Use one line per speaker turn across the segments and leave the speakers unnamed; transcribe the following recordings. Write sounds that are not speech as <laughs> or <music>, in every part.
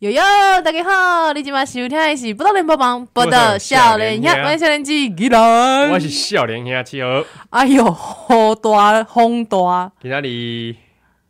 悠悠，大家好，你今晚收听的是《不到联播榜》，不到少年兄，我是少年机吉兰。
我是少年兄七儿，
哎哟，好大风大，
今仔日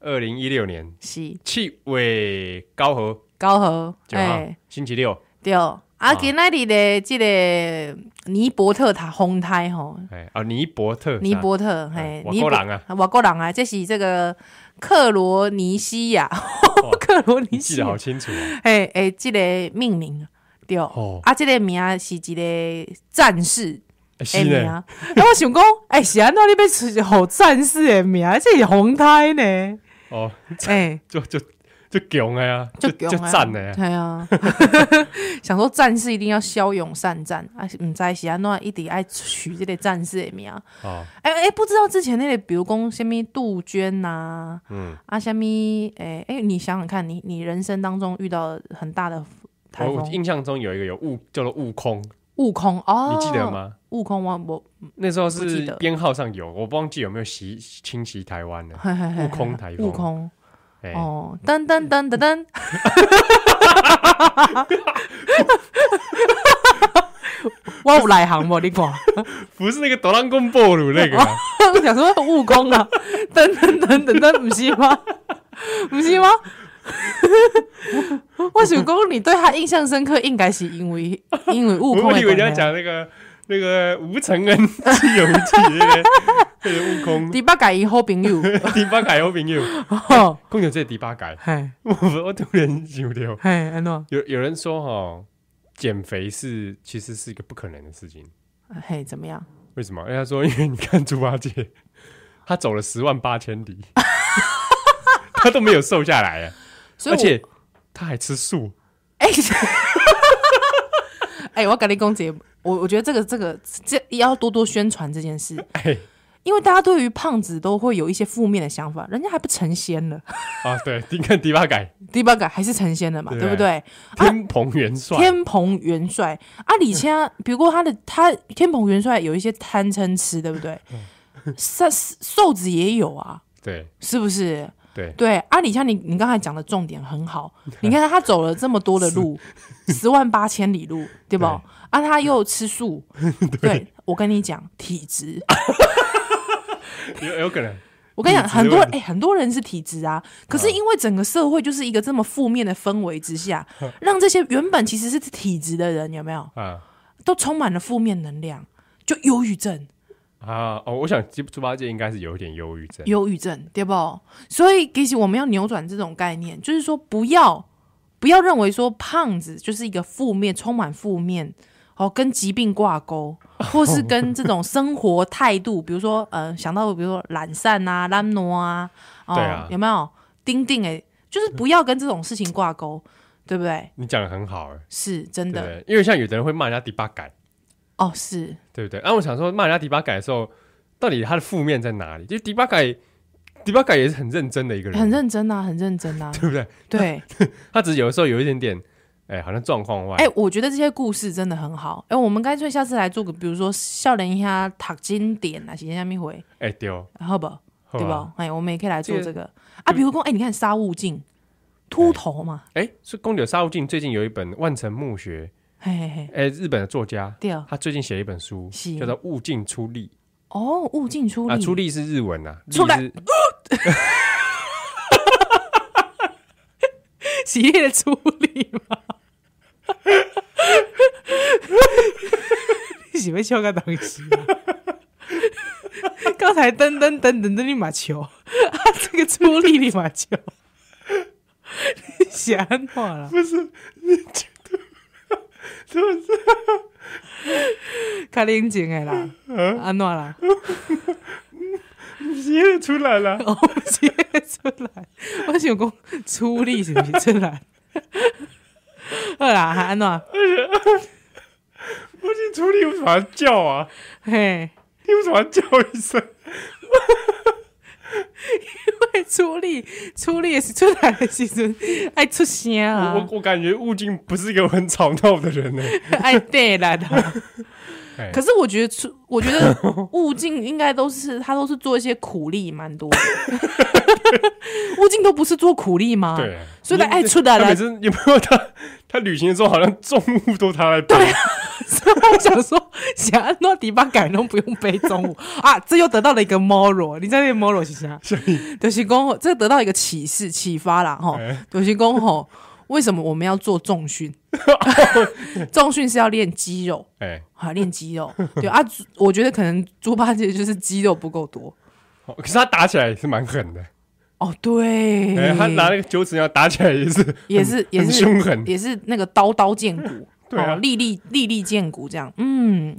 二零一六年
是
七月九号
高和
九号、
哎
哦星期六，
对。啊，今仔日的即个尼伯特塔风台吼，
哎啊尼伯特，
尼伯特嘿，
外
尼伯
国人啊，
外国人啊，这是这个克罗尼西亚， <laughs> 克罗尼
哦你
西
记得
亚
好，清楚哦，
嘿诶，即个命名对。
哦
啊，即个名是一个战士，
哎
诶
是
名
呢，
啊！我想讲，哎、是安怎你要取好战士的名，这是红胎
<laughs>
呢？
哦，
哎、
就就就强的啊，
就
就
强啊
赞的啊，
对啊， <laughs> 想说战士一定要骁勇善战，啊，毋知是安怎一直爱取这个战士的名。
哦，
哎、哎、不知道之前那个，比如讲什么杜鹃呐、
嗯，
啊，什么哎哎，你想想看，你你人生当中遇到很大的台
我哦我
风，
印象中有一个有悟叫做悟空，你
悟空哦，
记得？吗？
悟空我我 <laughs>
那时候
不记
是
得
编号上有，我忘记有没有袭侵袭台湾了，
嘿嘿嘿
悟空台风
悟空
哎，
哦，噔噔噔噔
<laughs>
噔，我有内行无？你看，
不是那个哆啦公布鲁那个啊，
我想说悟空啊，噔噔噔噔噔，不是吗？不是吗？ <laughs> 我想讲，你对他印象深刻，应该是因为因为悟空
我
的
以为你要
关系啊。
讲那个那个吴承恩是游记那个那个悟空
<laughs> 第八改伊好朋
<laughs>
友，
第八改好朋友，
吼
讲到这第八改， <laughs>
嘿
我我突然想到，
嘿，安怎？
有有人说哈、减肥是其实是一个不可能的事情，
嘿，怎么样？
为什么？因为他说，因为你看猪八戒， <laughs> 他走了十万八千里， <laughs> 他都没有瘦下来啊，
所以
而
我
且他还吃素，
哎、哎、我跟你讲姐，我我觉得这个这个这要多多宣传这件事，
哎
因为大家对于胖子都会有一些负面的想法，人家还不成仙 <laughs> 了，
啊，对，你看第八改
第八个还是成仙了嘛，
对啊
对不对？
天蓬元帅，嗯
天蓬元帅啊，李谦啊，比如说他的他天蓬元帅有一些贪嗔痴，对不对？
嗯
瘦瘦子也有啊，
对
是不是？
对，
对，啊，李像你你刚才讲的重点很好，
<laughs>
你看他走了这么多的路，十万八千里路，对不？
对
啊，他又吃素，
<laughs>
对我跟你讲，体质，
有有可能，
我跟你讲，
体质
很
的
多
问嗯
哎、很多人是体质啊，可是因为整个社会就是一个这么负面的氛围之下，
嗯
让这些原本其实是体质的人有没有，
啊。
都充满了负面能量，就忧郁症，
啊哦，我想猪猪八戒应该是有一点忧郁症，
忧郁症，对不？所以其实我们要扭转这种概念，就是说不要不要认为说胖子就是一个负面，充满负面。哦，跟疾病挂
<laughs>
钩，或是跟这种生活态度，比如说，呃，想到比如说懒散啊、懒惰啊，哦，
对啊
有没有？丁丁哎、就是不要跟这种事情挂钩，对不对？
你讲的很好哎、
是真
对不
的
对，因为像有的人会骂人家第八改，
哦，是
对不对？然、后我想说，骂人家第八改的时候，到底他的负面在哪里？就第八改，第八改也是很认真的一个人，
很认真啊，很认
<laughs>
真啊，
对不对？
对。
他只是有的时候有一点点，哎、好像状况外，
哎、我觉得这些故事真的很好。哎、我们干脆下次来做个，比如说笑脸一下塔经典啊，写下面回，
哎丢、
好不好？
好
对
吧
吧？哎、我们也可以来做
这
这个啊。比如说，哎、你看沙悟净，秃头嘛，
哎、是宫柳沙悟净最近有一本《万城墓穴
嘿嘿嘿》，，
哎、日本的作家，
对哦，
他最近写了一本书，
是
叫做《物境出力
哦，悟净出》
啊，
力，
出力是日文啊，力
出来
是
系列的出力嘛。 <laughs> 你喜欢笑个东西、啊？刚才噔噔噔噔噔立马球，啊，这个出力立马球，你想安怎啦？不是，你觉得 <laughs> 较冷静的啦，安怎啦？ <laughs>
写出来 <laughs> 了，
哦，写出来，我想讲出力是不是出来？ <laughs> 好啦，还安怎？
物境出力为什么要叫啊？
嘿，
<laughs> 你为什么要叫一声？
会出力，出力的时出来的时阵爱出声 <laughs> 啊
我，我感觉悟净不是一个很吵闹的人呢、
爱对啦的。
哎
可是我觉得出，我觉
<laughs>
得悟净应该都是他都是做一些苦力，蛮多的。悟净都不是做苦力吗？，
对，
啊
啊
所以他
你
爱出来
他
了
每。次有没有他他旅行的时候，好像重物都他来背，
啊所以我想说，想安诺迪巴改弄不用背中午啊，这又得到了一个 moral。你在那里 moral 是啥？ <laughs> 就是公这得到一个启示启发啦哈。吼
哎
就是公吼，为什么我们要做重训？
<laughs>
重训是要练肌肉。
哎，
啊，练肌肉，对啊，猪我觉得可能猪八戒就是肌肉不够多
哦可是他打起来也是蛮狠的，
哦，对，
哎，他拿那个九尺要打起来也是
嗯也是也
很
是
凶狠
也是那个刀刀见骨，
<laughs> 对啊
哦粒粒粒粒见骨这样，嗯，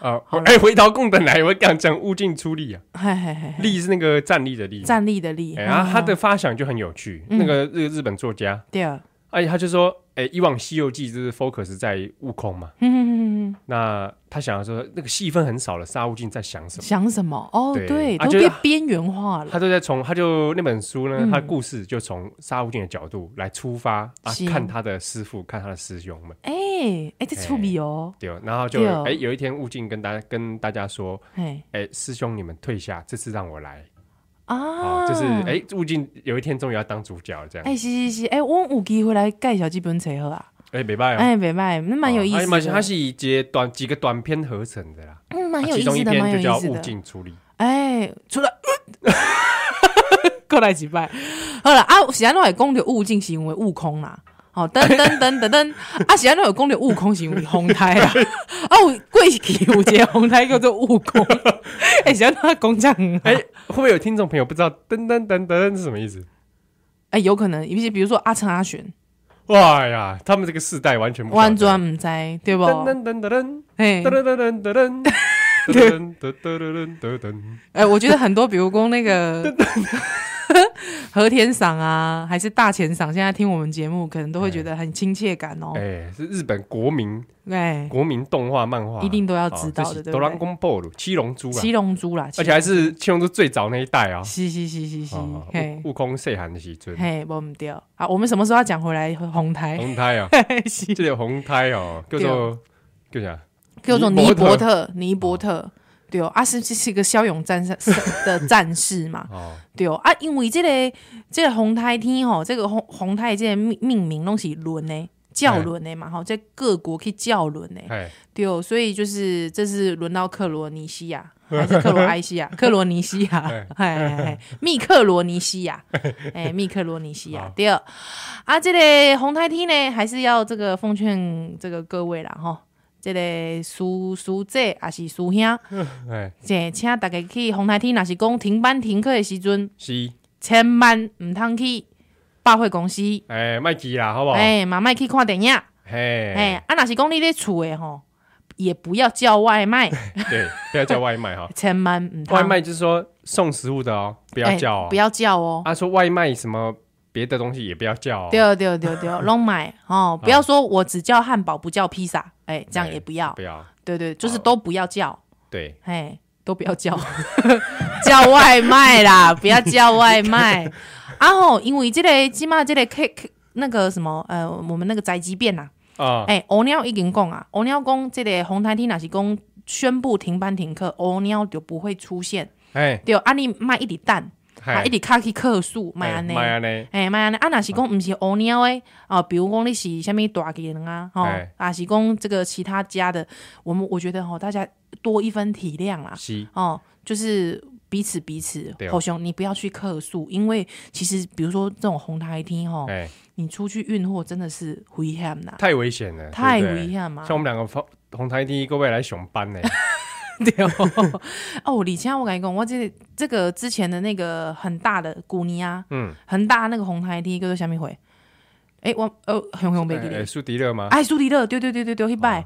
啊，我哎，回到共本来，我讲讲物尽出力啊，
嘿嘿嘿嘿，
力是那个站立的力，
站立的力，
哎，然后他
嗯
的发想就很有趣，那个日日本作家，
对啊，
哎，他就说，哎，以往《西游记》就是 focus 在悟空嘛，
嗯嗯嗯嗯
那他想要说那个戏份很少了，沙悟净在想什
嗯，
么？
想什么？哦，
对
对，
啊
都
就
被边缘化了，
他就在从，他就那本书呢，
嗯
他的故事就从沙悟净的角度来出发啊，
行
看他的师傅，看他的师兄们，
哎哎，这出笔哦，
对哦，然后就
对哦
哎、有一天悟净跟大家跟大家说，
哎
哎、师兄你们退下，这次让我来，
啊，
哦，就是哎、悟净有一天终于要当主角了这样，
哎，是是是，哎，我有机会来介绍这本册好啊，
哎、没办法，
哎，没卖，那蛮有意思
哦它它
的，
是以节短几个短片合成的啦，啊
嗯，蛮有
其
意
中一
思的，
篇
蛮有
就叫
意思
悟
的。
净处理，
哎，出来，过来几拜。好了啊，喜安诺也讲着悟净是因为悟空啦。哦，噔噔噔噔噔，啊，喜安诺有讲着悟空是因为红胎
<laughs>
啦。啊，有过去有一个红胎叫做悟空。哎、喜安诺他讲这样，
<laughs> 哎、
哎、
会不会有听众朋友不知道噔噔噔噔是什么意思？
哎，有可能，尤其比如说阿成阿玄，
哇呀，他们这个世代完全不晓得
弯转唔知对不？
嗯噔噔噔噔噔。
哎
噔噔噔噔噔噔噔噔噔噔噔
哎，我觉得很多，比如说那
<laughs>
个和田赏啊，还是大前赏，现在听我们节目可能都会觉得很亲切感哦。
哎，是日本国民
哎，
国民动画漫画，哦
一定都要知道的对不对
哆啦 A 梦》七龙珠啊，
七龙珠
<laughs>
啦，
而且还是七龙珠最早那一代啊。
七七七七七，
哦
嘿
悟悟空岁寒的时尊，
嘿，忘不掉啊！我们什么时候要讲回来红台？
红胎啊，
是哦
这里有红胎哦，叫做叫啥？
叫做
尼
尼
伯哦
伯特，尼伯特。对哦，啊是是是一个
哎
骁勇战士的战士嘛，
哦，
对哦，啊因为这个这个红台天吼，这个红红台这个命命名拢是轮呢，教轮呢嘛，吼，在各国去教轮呢，
哎，
对哦，所以就是这是轮到克罗尼西亚还是克罗埃西亚？克罗尼西亚，哎哎哎，密克罗尼西亚，哎，密克罗尼西亚
好。
第二啊，这个红太梯呢，还是要这个奉劝这个各位啦，吼，这个叔叔姐还是叔兄，
哎，
这请大家去红太梯，若是讲停班停课的时阵，
是，
千万唔通去百货公司，
哎，麦吉啦，好不好？
哎，嘛莫去看电影，
嘿
哎，，啊，若是讲你咧厝的吼，也不要叫外卖。
对，不要叫外
<laughs>
卖哈，
千万唔通
外卖就是说送食物的哦，不
不
要叫哦
哎不。要叫哦。
他说外卖什么别的东西也不要叫哦。
对对对 <laughs> 对，拢买哦，不要说我只叫汉堡不叫披萨，哎，这样
哎哦
也不要
不。要，
对对，就是
好
都不要叫，
对，
哎，都不要叫， <laughs> 叫外卖啦， <laughs> 不要叫外卖。啊吼，因为这个起码这个 cake 那个什么呃，我们那个宅急便呐，
啊，
哎，欧鸟已经讲啊，欧鸟讲这个红台天若是讲宣布停班停课，欧鸟就不会出现。
哎，
对，啊你卖一直蛋，啊
嗨
一直卡去客诉，卖安尼。
哎卖安尼，
哎，莫安尼啊，若是讲毋是乌鸟诶，哦，比如讲你是虾物大技能啊，吼、
哎
啊是讲这个其他家的，我们我觉得吼、大家多一分体谅啦，
是，
哦，就是彼此彼此
对，哦
侯兄，你不要去客诉，因为其实比如说这种红台厅吼，
哎，
你出去运货真的是危险呐，
太危险了，
太
对不对
危险嘛
像，我们两个红红台第一个未来熊班呢，
对哦，哦，李谦，我跟你讲，我这这个之前的那个很大的古尼啊， <laughs>
嗯，
很大那个红台厅叫做虾米回？哎、我呃，熊熊袂记咧
哎，。苏迪勒吗？
哎，苏迪勒，对对对对对，迄摆。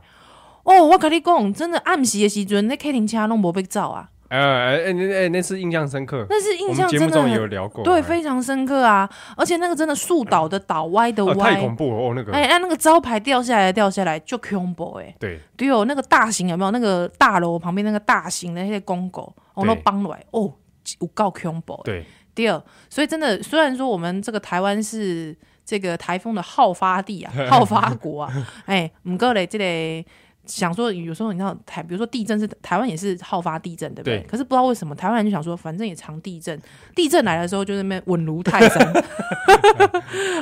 哦，我跟你讲，真的暗时的时阵，那客停车拢无被照啊，
哎哎哎，那哎那次印象深刻，
那是
我
印
们
象
节目
真的
中也有
很
聊过，
对，
哎
非常深刻啊！而且那个真的树倒的倒，歪的
哦
歪
太，恐怖了哦，那
哎
个，
哎，那个招牌掉下来掉下来就恐怖哎，
对，
对哦，那个大型有没有？那个大楼旁边那个大型的那些公狗，我
对
都帮来哦，有够恐怖的。
对，
第二，所以真的，虽然说我们这个台湾是
<laughs>
这个台风的好发地啊，好发国啊，哎，唔过嘞，这个想说，有时候你知道台，比如说地震是台湾也是好发地震，对不对？
对
可是不知道为什么台湾人就想说，反正也常地震，地震来的时候就在那边稳如泰
<laughs>
山，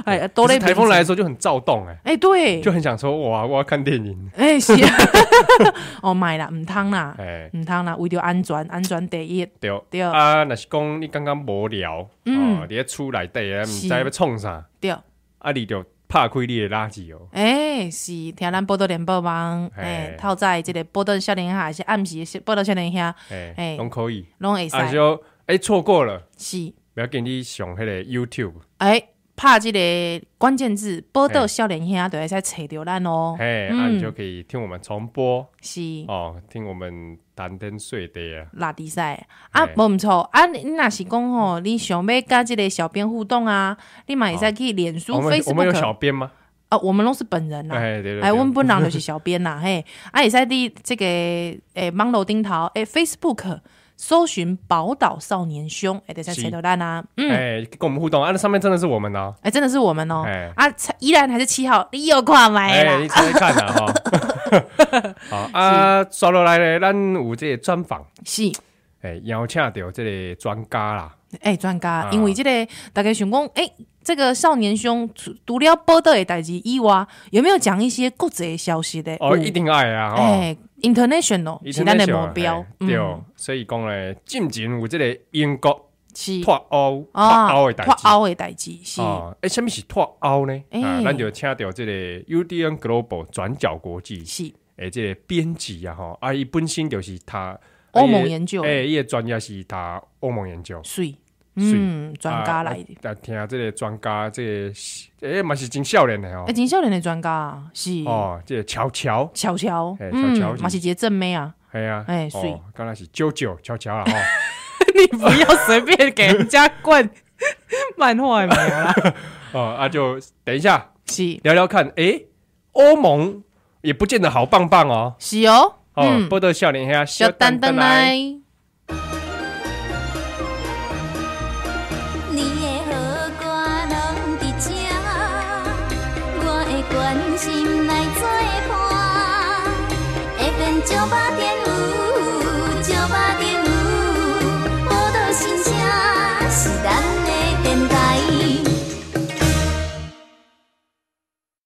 哎，都
可
累
是台风来的，时候就很躁动哎、
哎、对，
就很想说哇，我要看电影
哎、是， <laughs> 哦买啦，唔汤啦，
哎、
唔汤啦，为了安全，安全第一，
对
对
啊，若是讲你刚刚无聊，
嗯
嗯，伫咧厝内底啊，毋
是
知道要创啥，
对，
啊，你就拍开你的垃圾哦，
哎、是听咱报道联播网，哎、
嘿
透早即个报道少年下，是暗时的报道少年下，
哎
哎，
拢可以。
拢会使
啊，就哎错过了，
是，
不要给你上迄个 YouTube，
哎、拍即个关键字报道少年兄就会使找着咱哦，
哎，啊，你就可以听我们重播
是。
哦，听我们谈天说地啊，
拉比赛啊
嘿，
无毋错啊！你你若是讲吼，你想要甲即个小编互动啊，你嘛会使去脸书、
哦我们我们有
Facebook
小编吗？
啊，我们拢是本人啦，
哎，对对
哎，阮
对，
本人就是小编
<laughs>
啦，嘿，啊，会使伫即个诶网络顶头诶 Facebook 搜寻宝岛少年兄，哎，会使找到咱啊，嗯，
哎，跟我们互动啊，那上面真的是我们哦，
哎，真的是我们哦
哎，
啊，依然还是七号，你有看买
哎，你
啦，
猜猜看
<laughs>
啊哈，好啊，刷落来咧，咱有这个专访，
是。
哎，邀请到这个专家啦，
哎、专家，
啊
因为这个大概想讲，哎、这个少年兄除除了报道的代志以外，有没有讲一些国际的消息的？有
哦，一定爱啊，哦。
哎、i n t e r n a t i o n a l 是咱的目标，嗯
嘿啊哎对，所以讲咧，进前有这个英国
是
脱欧脱
啊，
欧的代
脱
志。
欧的代志是，
哦，诶，什么是脱欧呢？
哎
啊，咱就请到这个 UDN Global 转角国际
是
诶，这个编辑啊，吼，啊，伊本身就是他
欧
哎
盟研究的
诶，伊的专业是他欧盟研究
水，
水
嗯，专家来的，
啊啊听这个专家，这个诶，嘛是真少年的哦
哎、，真少年的专家啊是，
哦，这个乔乔，
巧巧，
哎
嗯
巧巧，是
嘛是一个正妹啊，
哎呀，
哎水
哦，刚才是啾啾乔乔啦，吼。
<laughs> 你不要随便给人家灌 <laughs> 漫画的名啦，
<laughs> 哦，啊，就等一下
是
聊聊看。诶，欧盟也不见得好棒棒哦。
是哦，
哦，
嗯，
波多笑脸虾，
小丹丹来。
你的好歌拢伫这，我的关心来作伴。下边石巴天有